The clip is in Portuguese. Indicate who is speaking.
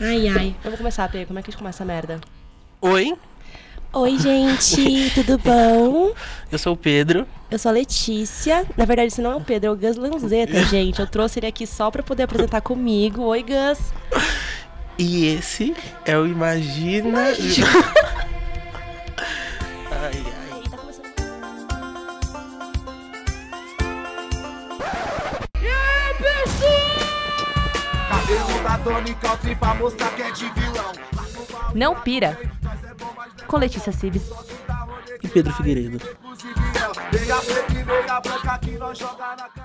Speaker 1: Ai, ai.
Speaker 2: Eu vou começar, Pê. Como é que a gente começa a merda?
Speaker 3: Oi,
Speaker 1: Oi, gente, tudo bom?
Speaker 3: eu sou o Pedro.
Speaker 2: Eu sou a Letícia. Na verdade, esse não é o Pedro, é o Gus Lanzetta, gente. Eu trouxe ele aqui só pra poder apresentar comigo. Oi, Gus.
Speaker 3: E esse é o Imagina. ai, ai.
Speaker 2: tá
Speaker 4: Cabelo da Doni Country tá pra mostrar que é de vilão.
Speaker 5: Não pira. Com Letícia Cibes.
Speaker 3: E Pedro Figueiredo.
Speaker 4: Inclusive ela, meia preta e meia branca que nós joga na cara.